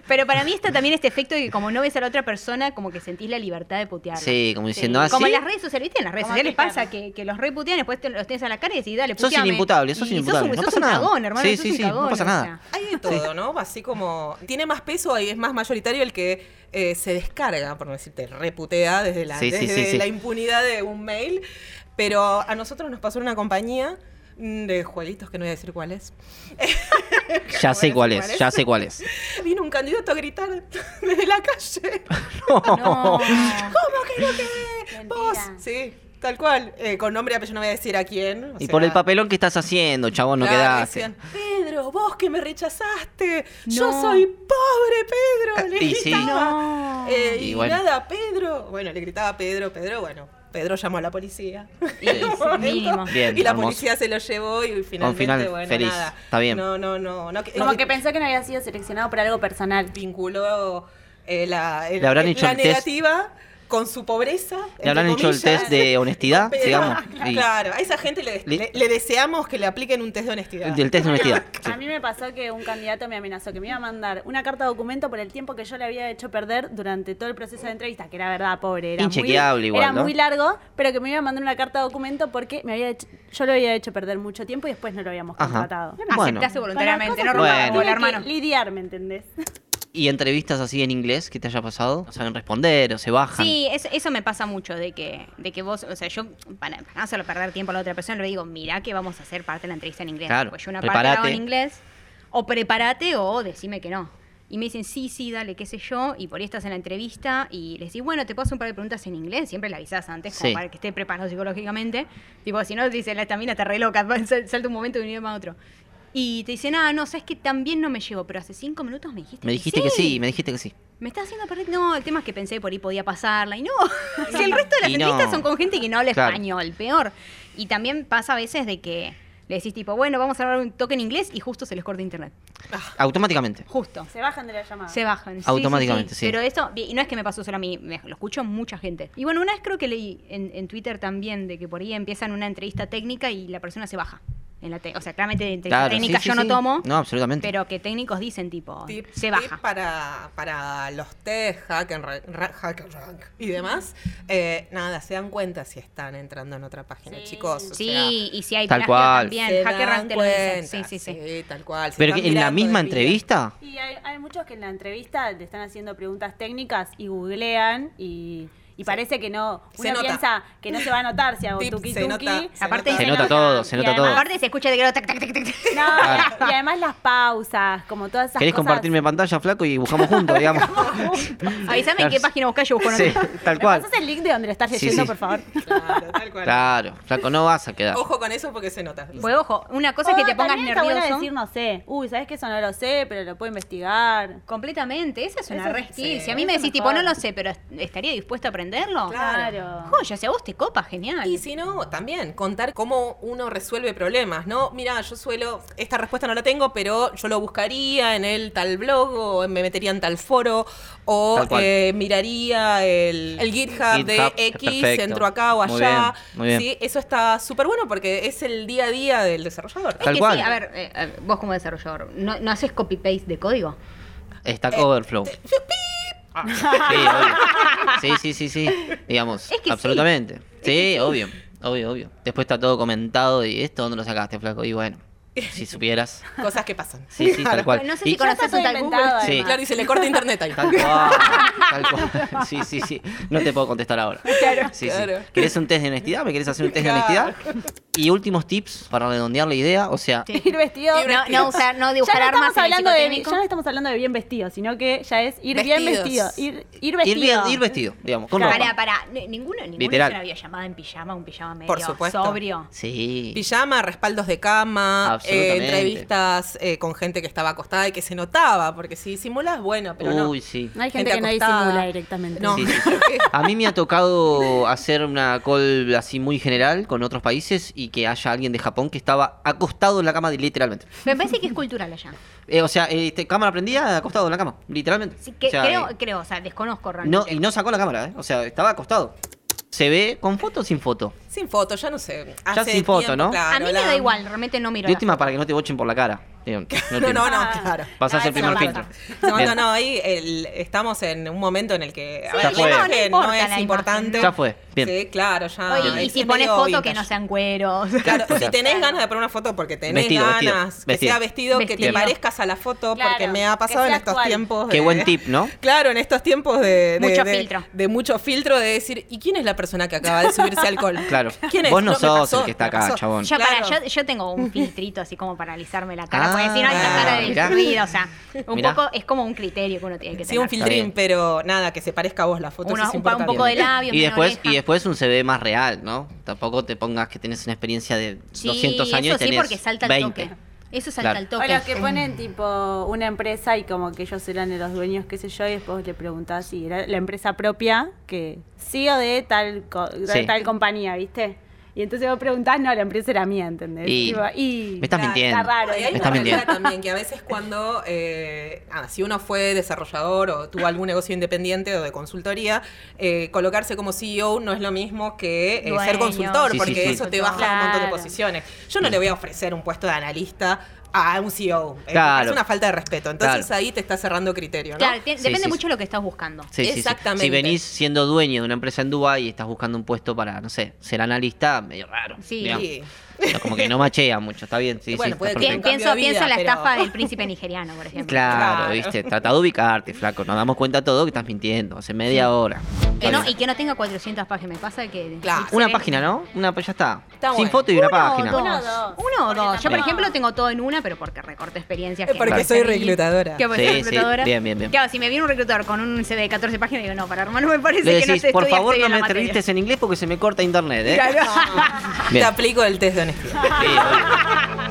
Speaker 4: Pero para mí está también este efecto de que como no ves a la otra persona, como que sentís la libertad de putear.
Speaker 3: Sí, como diciendo así.
Speaker 4: Como en las redes sociales, ¿viste? En las redes
Speaker 6: Como
Speaker 4: sociales
Speaker 6: Cristiano.
Speaker 4: pasa que, que los reputean, después te, los tenés a la cara y decís, dale,
Speaker 3: Sos
Speaker 4: puteame.
Speaker 3: inimputable, sos
Speaker 4: Y- y
Speaker 3: inimputable,
Speaker 4: un-
Speaker 3: no
Speaker 4: sos
Speaker 3: pasa nada.
Speaker 4: un cagón, hermano,
Speaker 3: Sí,
Speaker 4: sos
Speaker 3: sí,
Speaker 4: un
Speaker 3: sí, no
Speaker 4: cagón,
Speaker 3: pasa
Speaker 4: o sea.
Speaker 3: nada.
Speaker 5: Hay de todo, ¿no? Así como tiene más peso y es más mayoritario el que eh, se descarga, por no decirte, reputea desde la,
Speaker 3: Sí, sí,
Speaker 5: desde
Speaker 3: sí, sí.
Speaker 5: la impunidad de un mail. Pero a nosotros nos pasó en una compañía mm, de jueguitos que no voy a decir cuál es.
Speaker 3: Ya sé cuál
Speaker 5: Bueno, ¿cuál
Speaker 3: es,
Speaker 5: es?
Speaker 3: ya sé cuál es.
Speaker 5: Vino un candidato a gritar desde la calle.
Speaker 4: No.
Speaker 5: ¿Cómo que no te-
Speaker 6: Mentira.
Speaker 5: Vos, sí, tal cual. Eh, con nombre y apellido no voy a decir a quién. o
Speaker 3: Y
Speaker 5: sea,
Speaker 3: por el papelón que estás haciendo, chabón, no
Speaker 5: claro,
Speaker 3: quedaste.
Speaker 5: decían, Pedro, vos que me rechazaste. Yo
Speaker 4: No.
Speaker 5: soy pobre, Pedro. Le
Speaker 3: Y sí.
Speaker 5: gritaba.
Speaker 4: No.
Speaker 5: Eh,
Speaker 3: Y
Speaker 5: y
Speaker 3: bueno.
Speaker 5: nada, Pedro. Bueno, le gritaba Pedro, Pedro, bueno. Pedro llamó a la policía.
Speaker 4: Y-
Speaker 5: En un momento.
Speaker 4: mínimo.
Speaker 3: Bien,
Speaker 5: y la
Speaker 3: hermoso.
Speaker 5: policía se lo llevó y finalmente,
Speaker 3: final
Speaker 5: bueno,
Speaker 3: feliz.
Speaker 5: nada.
Speaker 3: Está bien.
Speaker 5: No, no, no. eh, no,
Speaker 6: Como
Speaker 5: no,
Speaker 6: que pensó que no había sido seleccionado por algo personal.
Speaker 5: vinculó eh, la, el-
Speaker 3: Le habrán
Speaker 5: la
Speaker 3: hecho el test.
Speaker 5: negativa con su pobreza.
Speaker 3: Le
Speaker 5: entre
Speaker 3: habrán hecho el
Speaker 5: comillas.
Speaker 3: test de honestidad,
Speaker 5: Pero-
Speaker 3: digamos. y-
Speaker 5: Claro, a esa gente le,
Speaker 3: Li-
Speaker 5: le- le deseamos que le apliquen un test de honestidad.
Speaker 3: El test de honestidad. sí.
Speaker 6: A mí me pasó que un candidato me amenazó que me iba a mandar una carta de documento por el tiempo que yo le había hecho perder durante todo el proceso de entrevista, que era verdad, pobre. Era, muy,
Speaker 3: Inchequeable igual,
Speaker 6: era
Speaker 3: ¿no?
Speaker 6: muy largo, pero que me iba a mandar una carta de documento porque me había hecho- yo lo había hecho perder mucho tiempo y después no lo habíamos
Speaker 3: Ajá.
Speaker 6: contratado.
Speaker 3: Bueno.
Speaker 4: Aceptaste
Speaker 6: Con
Speaker 4: voluntariamente, no
Speaker 6: las cosas
Speaker 4: rompamos
Speaker 6: que uno
Speaker 3: Bueno.
Speaker 4: bola,
Speaker 6: tiene que
Speaker 4: hermano.
Speaker 6: lidiar, ¿me entendés?
Speaker 3: Y entrevistas así en inglés que te haya pasado, no saben responder o se bajan.
Speaker 4: Sí, eso, eso me pasa mucho, de que, de que vos, o sea, yo, para, para no hacerlo perder tiempo a la otra persona, le digo, mirá que vamos a hacer parte de la entrevista en inglés.
Speaker 3: Claro,
Speaker 4: Pues yo una parte la
Speaker 3: preparate.
Speaker 4: hago en inglés, o prepárate o decime que no. Y me dicen, sí, sí, dale, qué sé yo, y por ahí estás en la entrevista y les digo, bueno, te puedo hacer un par de preguntas en inglés, siempre le avisás antes, como
Speaker 3: Sí.
Speaker 4: para que esté preparado psicológicamente. Tipo, si no, dicen, esta mina está re loca, sal- salta un momento de un idioma a otro. Y te dicen, ah, no, sabes que también no me llevo, pero hace cinco minutos me dijiste
Speaker 3: Me dijiste que sí, me dijiste que sí.
Speaker 4: me está haciendo perder. No, el tema es que pensé por ahí podía pasarla. Y no. si el resto de las
Speaker 3: Y no.
Speaker 4: entrevistas son con gente que no habla
Speaker 3: Claro.
Speaker 4: español, peor. Y también pasa a veces de que le decís tipo, bueno, vamos a hablar un toque en inglés y justo se les corta internet.
Speaker 3: Automáticamente.
Speaker 4: Justo.
Speaker 6: Se bajan de la llamada.
Speaker 4: Se bajan. sí,
Speaker 3: Automáticamente, sí.
Speaker 4: Pero esto, y no es que me pasó solo a mí, me- lo escucho mucha gente. Y bueno, una vez creo que leí en, en Twitter también de que por ahí empiezan una entrevista técnica y la persona se baja. En la te- o sea, claramente de entrevista
Speaker 3: Claro, sí,
Speaker 4: técnica
Speaker 3: sí,
Speaker 4: yo
Speaker 3: sí.
Speaker 4: no tomo.
Speaker 3: No, absolutamente.
Speaker 4: Pero que técnicos dicen tipo,
Speaker 5: Tip-
Speaker 4: se
Speaker 5: tip
Speaker 4: baja.
Speaker 5: para, para los test, hack and, ra- ra- hack and rank y demás. eh, nada, se dan cuenta si están entrando en otra página,
Speaker 6: Sí.
Speaker 5: chicos. o
Speaker 4: Sí,
Speaker 5: sea,
Speaker 4: y si hay
Speaker 3: Tal
Speaker 4: plagio
Speaker 3: cual.
Speaker 5: se
Speaker 4: también,
Speaker 5: dan
Speaker 4: hacker te lo dicen. Sí,
Speaker 5: cuenta,
Speaker 4: sí, sí.
Speaker 5: tal cual. se
Speaker 3: Pero
Speaker 5: están
Speaker 3: que en la
Speaker 5: mirando
Speaker 3: misma
Speaker 5: de pila.
Speaker 3: entrevista.
Speaker 6: Y hay, hay muchos que en la entrevista le están haciendo preguntas técnicas y googlean y, Y parece que no,
Speaker 5: Se
Speaker 6: uno
Speaker 5: nota.
Speaker 6: piensa que no se va a notar si hago
Speaker 5: Tip,
Speaker 6: tuki
Speaker 5: se
Speaker 6: tuki.
Speaker 5: nota.
Speaker 4: Aparte
Speaker 5: nota.
Speaker 4: dice,
Speaker 3: Se nota todo, se
Speaker 6: Y
Speaker 3: nota todo.
Speaker 6: además-
Speaker 4: Aparte se escucha de grado tac, tac, tac, tac, tac.
Speaker 6: No,
Speaker 3: Claro.
Speaker 6: y además las pausas, como todas esas
Speaker 3: ¿Querés
Speaker 6: cosas.
Speaker 3: compartirme pantalla, flaco? Y buscamos juntos, digamos.
Speaker 4: Avísame en qué página buscás, yo busco en
Speaker 3: Sí,
Speaker 4: otra.
Speaker 3: tal
Speaker 6: ¿Me
Speaker 3: cual.
Speaker 6: pasás el link de donde lo estás
Speaker 3: Sí,
Speaker 6: leyendo,
Speaker 3: sí.
Speaker 6: por favor?
Speaker 5: Claro, tal cual.
Speaker 3: Claro, flaco, no vas a quedar.
Speaker 5: Ojo con eso porque se nota.
Speaker 4: Pues ojo, una cosa es que
Speaker 6: O
Speaker 4: te pongas
Speaker 6: Oh, también está bueno
Speaker 4: nervioso.
Speaker 6: decir no sé. Uy, ¿sabes que eso no lo sé, pero lo puedo investigar?
Speaker 4: Completamente, esa es una
Speaker 6: Eso-
Speaker 4: re skill.
Speaker 5: sí,
Speaker 4: Si a mí me
Speaker 6: eso
Speaker 4: decís, tipo,
Speaker 6: mejor.
Speaker 4: no lo sé, pero est- estaría dispuesto a aprenderlo.
Speaker 6: Claro.
Speaker 4: Joya, si a vos te copa, genial.
Speaker 5: Y si no, también contar cómo uno resuelve problemas, ¿no? Mira, yo suelo, esta respuesta no la tengo, pero yo lo buscaría en el tal blog o me metería en tal foro o
Speaker 3: Tal cual.
Speaker 5: eh, miraría el, el GitHub, de
Speaker 3: GitHub,
Speaker 5: X,
Speaker 3: perfecto.
Speaker 5: entro acá o
Speaker 3: Muy
Speaker 5: allá.
Speaker 3: bien, muy bien.
Speaker 5: Sí, eso está súper bueno porque es el día a día del desarrollador.
Speaker 4: es
Speaker 3: Tal
Speaker 4: que
Speaker 3: cual.
Speaker 4: sí, a ver, eh, a ver, vos como desarrollador, ¿no, no haces copy-paste de código?
Speaker 3: Está Overflow. Sí, obvio. Sí, sí, sí, sí. Digamos,
Speaker 4: Es que sí.
Speaker 3: absolutamente. Sí, obvio, obvio, obvio. Después está todo comentado y esto, ¿dónde lo sacaste, flaco? Y bueno, si supieras.
Speaker 5: Cosas que pasan.
Speaker 3: Sí, sí, tal cual.
Speaker 4: Bueno, no sé
Speaker 3: Y-
Speaker 4: si conoces
Speaker 6: todo
Speaker 4: un tal
Speaker 6: inventado,
Speaker 4: Google.
Speaker 3: Sí.
Speaker 6: además.
Speaker 5: Claro, y se le corta internet ahí.
Speaker 3: Tal cual, tal cual. Sí, sí, sí. No te puedo contestar ahora. Claro, sí,
Speaker 5: Claro.
Speaker 3: sí. ¿Querés un test de honestidad? ¿Me querés hacer un test de
Speaker 5: Claro.
Speaker 3: honestidad? Y últimos tips para redondear la idea. O sea,
Speaker 4: Sí.
Speaker 6: Ir vestido.
Speaker 4: No, no usar, no dibujar
Speaker 6: ya no
Speaker 4: armas
Speaker 6: estamos hablando
Speaker 4: en el
Speaker 6: de,
Speaker 4: psicotécnico.
Speaker 6: ya no estamos hablando de bien vestido, sino que ya es ir bien vestido,
Speaker 5: Vestidos.
Speaker 6: ir, ir
Speaker 3: ir, bien-
Speaker 6: vestido.
Speaker 3: ir vestido, digamos, con
Speaker 6: Claro.
Speaker 3: ropa.
Speaker 4: Pará, pará. ni- Ninguno, ninguno
Speaker 3: Literal.
Speaker 4: hizo una videollamada en pijama, un pijama medio
Speaker 5: Por supuesto.
Speaker 4: sobrio.
Speaker 3: Sí.
Speaker 5: Pijama, respaldos de cama, eh,
Speaker 3: Absolutamente.
Speaker 5: entrevistas eh, con gente que estaba acostada y que se notaba, porque si disimulás, bueno, pero no.
Speaker 3: Uy, sí.
Speaker 6: No hay gente,
Speaker 5: Gente
Speaker 6: que no
Speaker 5: acostada.
Speaker 6: disimula directamente.
Speaker 5: No.
Speaker 3: Sí, sí, sí. A mí me ha tocado hacer una call así muy general con otros países y que haya alguien de Japón que estaba acostado en la cama, literalmente.
Speaker 4: Me parece que es cultural allá.
Speaker 3: Eh, o sea, este, cámara prendida, acostado en la cama, literalmente.
Speaker 4: Sí, que-
Speaker 3: O sea,
Speaker 4: creo,
Speaker 3: eh,
Speaker 4: creo, o sea, desconozco
Speaker 3: no,
Speaker 4: realmente.
Speaker 3: y no sacó la cámara, ¿eh? o sea, estaba acostado. ¿Se ve con foto o sin foto?
Speaker 5: Sin foto, ya no sé.
Speaker 3: Ya sin foto, ¿no?
Speaker 5: claro,
Speaker 4: a mí
Speaker 5: la-
Speaker 4: me da igual, realmente no miro.
Speaker 3: De
Speaker 4: la
Speaker 3: última para que no te bochen por la cara. Digo,
Speaker 5: No,
Speaker 3: tiene-
Speaker 5: no, no,
Speaker 6: Ah.
Speaker 5: claro.
Speaker 3: Pasás
Speaker 4: No,
Speaker 3: el
Speaker 4: eso no
Speaker 3: primer filtro.
Speaker 4: pasa.
Speaker 5: No,
Speaker 3: Bien.
Speaker 5: no, no, ahí el- estamos en un momento en el que a
Speaker 3: Ya
Speaker 5: la
Speaker 3: fue.
Speaker 5: imagen
Speaker 4: No
Speaker 5: no,
Speaker 4: importa la
Speaker 5: es
Speaker 4: imagen.
Speaker 5: importante.
Speaker 3: Ya fue, bien.
Speaker 5: Sí, claro, ya.
Speaker 4: Oye,
Speaker 5: es-
Speaker 4: y si
Speaker 5: es
Speaker 4: pones
Speaker 5: medio
Speaker 4: foto
Speaker 5: vintage.
Speaker 4: que no sean cueros.
Speaker 5: Claro,
Speaker 3: Claro.
Speaker 5: si tenés ganas de poner una foto porque tenés
Speaker 3: Vestido, vestido,
Speaker 5: ganas, que
Speaker 3: vestido.
Speaker 5: sea vestido, que
Speaker 4: Vestido.
Speaker 5: te parezcas a la foto,
Speaker 6: Claro,
Speaker 5: porque me ha
Speaker 6: que
Speaker 5: pasado
Speaker 6: sea
Speaker 5: en estos
Speaker 6: actual.
Speaker 5: tiempos.
Speaker 3: Qué
Speaker 5: de-
Speaker 3: buen tip, ¿no?
Speaker 5: Claro, en estos tiempos de, de-
Speaker 4: Mucho
Speaker 5: de-
Speaker 4: filtro.
Speaker 5: de mucho filtro de decir, ¿y quién es la persona que acaba de subirse al col?
Speaker 3: Claro.
Speaker 5: ¿Quién es?
Speaker 3: Vos no,
Speaker 5: me
Speaker 3: sos
Speaker 5: pasó,
Speaker 3: el que está
Speaker 5: me
Speaker 3: acá,
Speaker 5: pasó.
Speaker 3: chabón.
Speaker 4: Yo,
Speaker 5: Claro.
Speaker 4: para, yo, yo tengo un filtrito así como para alisarme la cara,
Speaker 3: Ah,
Speaker 4: porque si no hay cara de
Speaker 3: mirá.
Speaker 4: destruida, o sea, un
Speaker 3: Mirá.
Speaker 4: poco es como un criterio que uno tiene que
Speaker 5: Sí,
Speaker 4: tener.
Speaker 5: un filtrín,
Speaker 3: bien.
Speaker 5: pero nada, que se parezca a vos la foto.
Speaker 4: Uno-
Speaker 5: eso es
Speaker 4: un, pa- un
Speaker 5: importante.
Speaker 4: poco de labios,
Speaker 3: Y
Speaker 4: media
Speaker 3: después,
Speaker 4: oreja.
Speaker 3: y después un CV más real, ¿no? Tampoco te pongas que tenés una experiencia de
Speaker 4: Sí,
Speaker 3: 200 años
Speaker 4: eso
Speaker 3: y tenés
Speaker 4: sí, porque salta al
Speaker 3: 20.
Speaker 4: toque. Eso salta
Speaker 3: Claro.
Speaker 4: al
Speaker 6: O
Speaker 4: toque.
Speaker 6: los que ponen tipo una empresa y como que ellos eran de los dueños, qué sé yo, y después le preguntaba si era la empresa propia que sí o de tal, co- de
Speaker 3: Sí.
Speaker 6: tal compañía, ¿viste? Y entonces vos preguntás, no, la empresa era mía, ¿entendés?
Speaker 3: Y-
Speaker 6: y-
Speaker 3: me estás
Speaker 6: Claro,
Speaker 3: mintiendo.
Speaker 6: Está raro.
Speaker 5: Y
Speaker 3: Me
Speaker 5: hay
Speaker 6: ¿viste?
Speaker 3: estás
Speaker 5: una realidad
Speaker 3: mintiendo.
Speaker 5: también que a veces cuando, eh, nada, si uno fue desarrollador o tuvo algún negocio independiente o de consultoría, eh, colocarse como CEO no es lo mismo que eh,
Speaker 4: Dueño.
Speaker 5: ser consultor,
Speaker 3: Sí, sí,
Speaker 5: porque
Speaker 3: sí.
Speaker 5: eso te baja un montón de
Speaker 6: Claro.
Speaker 5: posiciones. Yo no le voy a ofrecer un puesto de analista a un CEO. eh,
Speaker 3: Claro.
Speaker 5: Es una falta de respeto. Entonces
Speaker 3: Claro.
Speaker 5: ahí te está cerrando criterio, ¿no?
Speaker 4: Claro, te-
Speaker 3: Sí,
Speaker 4: depende
Speaker 3: sí,
Speaker 4: mucho
Speaker 3: sí.
Speaker 4: de lo que estás buscando.
Speaker 3: Sí, sí, sí.
Speaker 5: Exactamente.
Speaker 3: Si venís siendo dueño de una empresa en Dubái y estás buscando un puesto para, no sé, ser analista, medio raro.
Speaker 4: Sí.
Speaker 3: digamos.
Speaker 5: Sí.
Speaker 3: No, Como que no machea mucho, está bien. Sí,
Speaker 5: Bueno,
Speaker 3: sí,
Speaker 5: puede
Speaker 3: está
Speaker 5: que-
Speaker 4: Pien-
Speaker 5: un
Speaker 3: perfecto.
Speaker 4: pienso
Speaker 5: cambio de
Speaker 4: pienso en la
Speaker 5: vida, pero-
Speaker 4: estafa del príncipe nigeriano, por ejemplo.
Speaker 3: Claro,
Speaker 5: Claro.
Speaker 3: viste, trata de ubicarte, flaco. Nos damos cuenta todo que estás mintiendo, hace media hora.
Speaker 4: Que no, y que no tenga 400 páginas. Me pasa que.
Speaker 5: Claro.
Speaker 3: Una
Speaker 4: se-
Speaker 3: página, ¿no? Una, pues ya está.
Speaker 5: Está
Speaker 3: Sin
Speaker 5: bueno.
Speaker 3: foto y una página.
Speaker 4: Uno o
Speaker 6: Una o
Speaker 4: dos.
Speaker 6: dos.
Speaker 4: Uno o
Speaker 6: Porque
Speaker 4: dos. Yo, por
Speaker 6: también-
Speaker 4: ejemplo, tengo todo en una, pero porque recorto experiencias.
Speaker 5: Es
Speaker 4: que
Speaker 5: porque
Speaker 4: no
Speaker 5: soy
Speaker 4: recibí.
Speaker 5: reclutadora.
Speaker 4: Que porque
Speaker 3: Sí,
Speaker 4: soy
Speaker 3: sí,
Speaker 4: reclutadora.
Speaker 3: bien, bien, bien.
Speaker 4: Claro, si me viene un reclutador con un CD de 14 páginas, digo, no, para hermano, me parece
Speaker 3: Le
Speaker 4: que no
Speaker 3: decís,
Speaker 4: se
Speaker 3: por
Speaker 4: estudia
Speaker 3: favor no
Speaker 4: serio la
Speaker 3: me
Speaker 4: materia".
Speaker 3: entrevistes en inglés porque se me corta internet, ¿eh?
Speaker 4: Claro.
Speaker 5: Te
Speaker 3: Bien.
Speaker 5: aplico el test de honestidad.
Speaker 3: Sí, obvio.